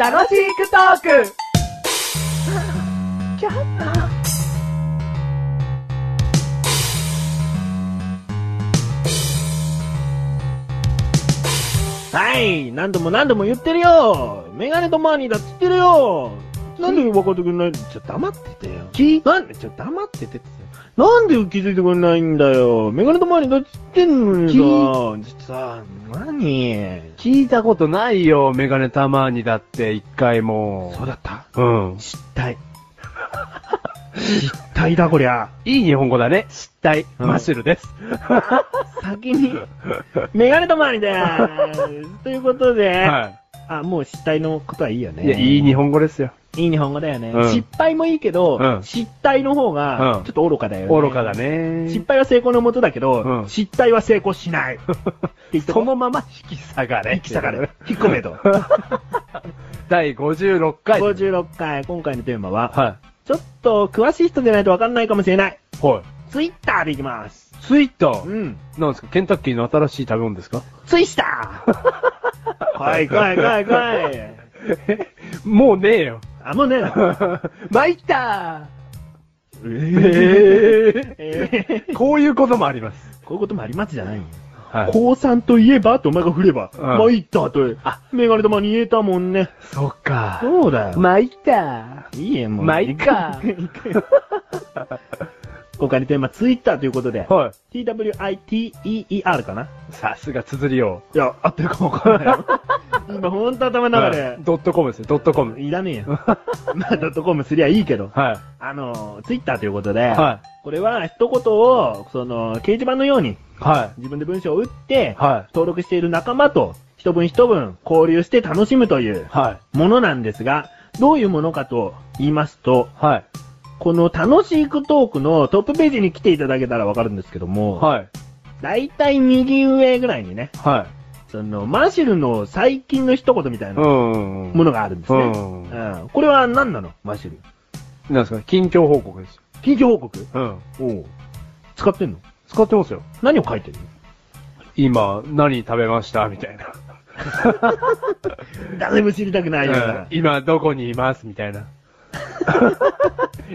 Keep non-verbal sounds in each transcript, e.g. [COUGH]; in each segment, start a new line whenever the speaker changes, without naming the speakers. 楽しくトーク
はい何度も何度も言ってるよメガネとマーニーだって言ってるよなんで分かってくれないちょっと黙っててよ。きなんでちょっと黙っててってよ。なんで気づいてくれないんだよ。メガネとマーニーだって言ってんのにさ。実は、何
聞いたことないよ、メガネたまにだって、一回も。
そうだった
うん。
失態。失態だこりゃ。
いい日本語だね。失態。
うん
マッシュルです。
先に、 [LAUGHS] メガネとマーニーです。ということで、
は
あ、もう失態のことはいいよね。
い。いや、いい日本語ですよ。
いい日本語だよね。
うん
失敗もいいけど、
うん
失態の方
う
が
ん、
ちょっと愚かだよね。
愚かだ。ね。
失敗は成功のもとだけど、
うん
失態は成功しない。 [LAUGHS] って言って
そのまま引き下がれ。
引き下が [LAUGHS] る。引っ込めと。
第56回。
56回、今回のテーマは、
は
ちょっと詳しい人でないとわかんないかもしれない。
い。はい。
ツイッターでいきます。
ツイッタ
う
ー。
ん。
なんですかケンタッキーの新しい食べ物ですか
ツイスタ [LAUGHS] ー来い来い来い来い。
もうね
[LAUGHS]
えよ。
あ、もうね。
参った
え
ー [LAUGHS] こういうこともあります。
こういうこともありますじゃないよ。
は。
高3といえばってお前が振れば。
うん
まあ、いったと。あ、メガネ玉に言えたもんね。
そうか。
そうだよ。
参った
いいえ、もう。
まあいっか
[LAUGHS] 今回のテーマ、ツイッターということで、
はい。
TWITEER かない
さすが綴りよ
や、合ってるかもわからないよ。 [LAUGHS] 今、ほんと頭の中で、
ドットコムですよ、ドットコム。
いらねえよ。まあ、ドットコムすりゃいいけど。
はい。
あの、ツイッターということで、
は
これは一言を、その、掲示板のように
い。は
自分で文章を打って、
い。はい。
登録している仲間と一分一分交流して楽しむという
はい。
ものなんですが、どういうものかと言いますと、
はい。
この楽しいクトークのトップページに来ていただけたらわかるんですけども、
はい。
だいたい右上ぐらいにね、
はい。
その、マシルの最近の一言みたい
うん
な
うんう
も
ん。
のがあるんですね。
うん
うんこれは何なのマシル。
なんですか近況報告です。
緊急報告
うん。
おう使ってんの
使ってますよ。
何を書いてる
今、何食べましたみたいな。
の誰も知りたくないような。
今、どこにいますみたいな。 [LAUGHS]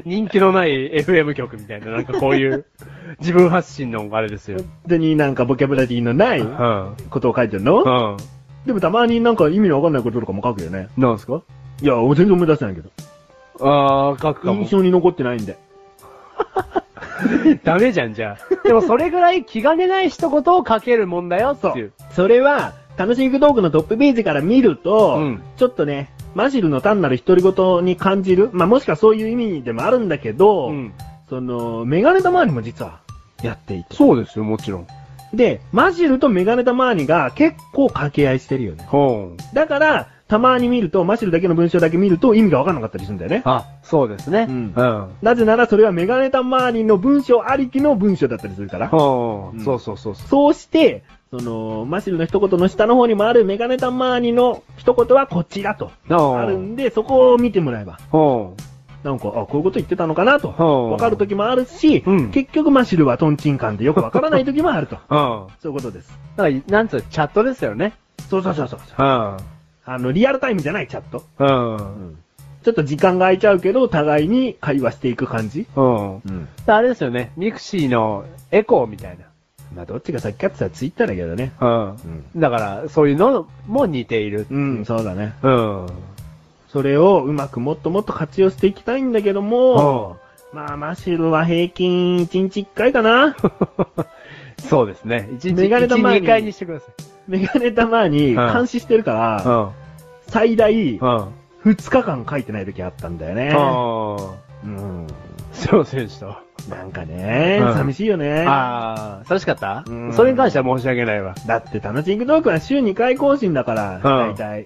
人気のない FM 局みたいな、なんかこういう、自分発信のあれですよ。
本当になんかボキャブラリーのない
うん。
ことを書いてるの
うん。
でもたまになんか意味のわかんないこととかも書くよね。
なんですか
いや、俺全然思い出せないけど。
あー、書くかも
印。象に残ってないんで。
ダメじゃん、じゃあ。でもそれぐらい気兼ねない一言を書けるもんだよっていう。。
それは、楽しいクトークのトップページから見ると、
うん
ちょっとね、マシルの単なる独り言に感じる。まあ、もしかそういう意味でもあるんだけど、
うん。
その、メガネたまわりも実は、やっていて。
そうですよ、もちろん。
で、マシルとメガネたまわりが結構掛け合いしてるよね。
ほう。
だから、たまに見ると、マシルだけの文章だけ見ると意味がわかんなかったりするんだよね。
あ、そうですね。
うん
うん。
なぜならそれはメガネたまわりの文章ありきの文章だったりするから。
ほう
うん
そうそうそうそう。
そうして、その、マシルの一言の下の方にもあるメガネたまーにの一言はこちらと。
ほう
あるんで、そこを見てもらえば、
ほう
なんか、あ、こういうこと言ってたのかなと。
ほう
わかる時もあるし、
うん
結局マシルはトンチンカンでよくわからない時もあると。
うん。
[LAUGHS] そういうことです。
だから、なんつうの、チャットですよね。
そうそうそうそう。
うん。
あの、リアルタイムじゃないチャット。
うん。
ちょっと時間が空いちゃうけど、互いに会話していく感じ。
うん。
うん。
あれですよね。ミクシーのエコーみたい
まあ、どっちが先かって言ったらツイッターだけどね。
な。うん。だから、そういうのも似ている。
うん、そうだね。
うん。
それをうまくもっともっと活用していきたいんだけども、まあ、マシルは平均1日1回か [LAUGHS] な。
[LAUGHS] そうですね。一日
メガネ
一
の前に
二回にしてください。
メガネたまに
うん
監視してるから、
うん。
最大2
うん。
日間書いてない時あったんだよね。
う
う
ん。
ん、
そう選手と。
なんかね、
うん
寂しいよね。
ああ、寂しかった
うん
それに関しては申し訳ないわ。
だって、楽しいクトークは週2回更新だから、
う
大
ん
体。
うん。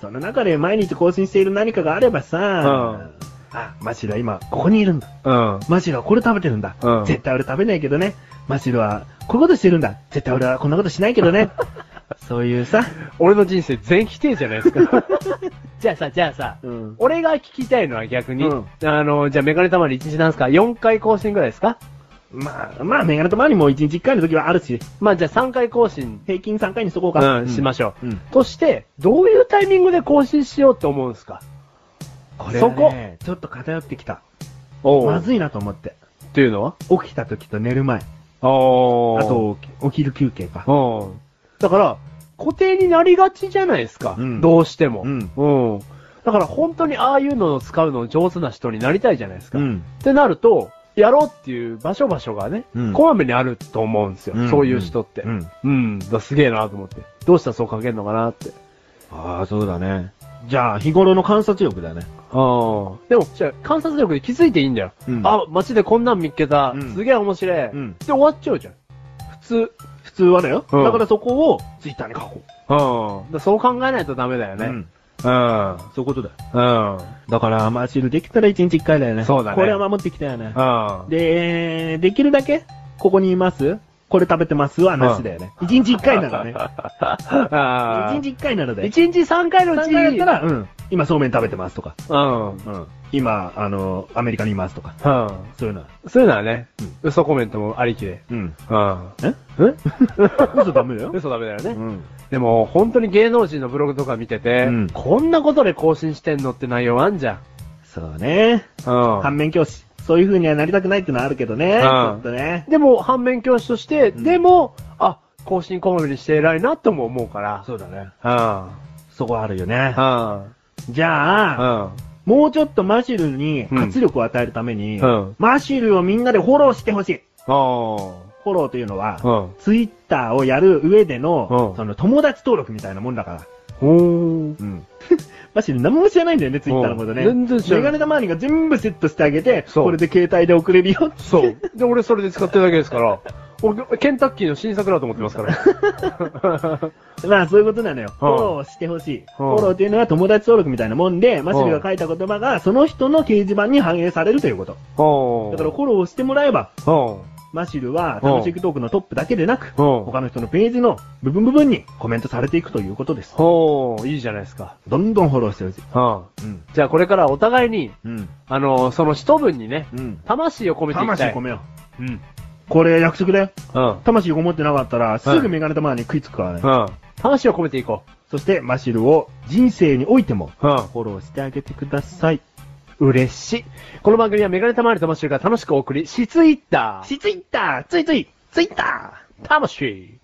その中で毎日更新している何かがあればさ、
ん
あ、マシルは今、ここにいるんだ。
うん。
マシルはこれ食べてるんだ。
うん
絶対俺食べないけどね。マシルは、こういうことしてるんだ。絶対俺はこんなことしないけど [LAUGHS] ね。そういうさ、
俺の人生全否定じゃないですか。 [LAUGHS] じゃあさ、じゃあさ、
うん。
俺が聞きたいのは逆に、
うん
あの、じゃあメガネたまり1日なんすか ?4 回更新ぐらいですか
まあ、まあ、メガネとマーニーも1日1回の時はあるし、
まあじゃあ3回更新、
平均3回にしとこうか。
うん、しましょう。
うん
として、どういうタイミングで更新しようと思うんですか
こ
そこ
ちょっと偏ってきた。
お
ま
まずい
ずいなと思って。
っていうのは
起きた時と寝る前。
お
あ、と、お昼休憩か。
おだから、固定になりがちじゃないですか。
うん
どうしても、
うん
うんだから本当にああいうのを使うの上手な人になりたいじゃないですか。
うん。
ってなると、やろうっていう場所場所がね、
うん
こまめにあると思うんですよ。
うん
そういう人って。
うん。
うん、だすげえなと思って。どうしたらそう書けるのかなって。
ああ、そうだね。じゃあ、日頃の観察力だね。
あでも、じゃあ観察力で気づいていいんだよ。
うん
あ、街でこんなん見っけた。
うん
すげえ面白い、
うん
で、終わっちゃうじゃん。普通。
普通はだよ。
うん
だからそこをツイッターに書こ
うん。だそう考えないとダメだよ
う。
ね。
うん。
うん。うん。
そういうことだよ。だから、マーシルできたら1日1回だよね。
そうだね
これは守ってきたよね。
うん。
で、できるだけ、ここにいますこれ食べてますはなしだよね。1日1回なら [LAUGHS] ね。
あ
1日1回ならだよ。
一日3回のう
考
ち
えたら、うん。今そうめん食べてますとか。
うん。うん。
うん。今、あの、アメリカにいますとか。そういうのは。
そういうのはね、嘘コメントもありきで。
うん。
うん。
ええ嘘ダメだ
[LAUGHS]
よ。
嘘ダメだよね。
ん。
でも、本当に芸能人のブログとか見てて、
うん
こんなことで更新してんのって内容あんじゃん。
そうね。
う
反面教師。そういう風にはなりたくないってのはあるけどね。
ん
ちょっとね。
ん。でも、反面教師として、
ん
でも、あ、更新こまめにして偉いなとも思うから。
そうだね。
うん。
そこはあるよね。
うん。
じゃあ、もうちょっとマシルに活力を与えるために、
うん
マシルをみんなでフォローしてほしい。
う
フォローというのは、
ん。
ツイッターをやる上での、
うん
その友達登録みたいなもんだから。
うん。
うん。 [LAUGHS] マシル何も知らないんだよね、ツイッターのことね。
うん全然知らない
メガネ玉にが全部セットしてあげて、
そう
これで携帯で送れるよ。 [LAUGHS]
そう。で、俺それで使ってるだけですから、俺、ケンタッキーの新作だと思ってます
[LAUGHS]
から。
まあそういうことなのよ。フォローしてほしい。フォローというのは友達登録みたいなもんで、マシルが書いた言葉がその人の掲示板に反映されるということ。
お
だからフォローしてもらえば、
お
マシルは
うん
楽しくトークのトップだけでなく、
うん
他の人のページの部分部分にコメントされていくということです。
おいいじゃないですか。
どんどんフォローしてほしい。
うん。
うん。
じゃあこれからお互いに、
うん。
あのその一文にね、
うん。
魂を込めていき
魂
たい。
込めよう。
うん。
これ約束だよ。
うん。
魂を持ってなかったら、すぐメガネ玉に食いつくからね。
うん。魂を込めていこ
そして、マシルを人生においても、
う。うん。
フォローしてあげてください。
嬉しい。この番組はメガネたまわりとマッシュルが楽しくお送り、しついった、
し、ツイッターついついツイッター
魂。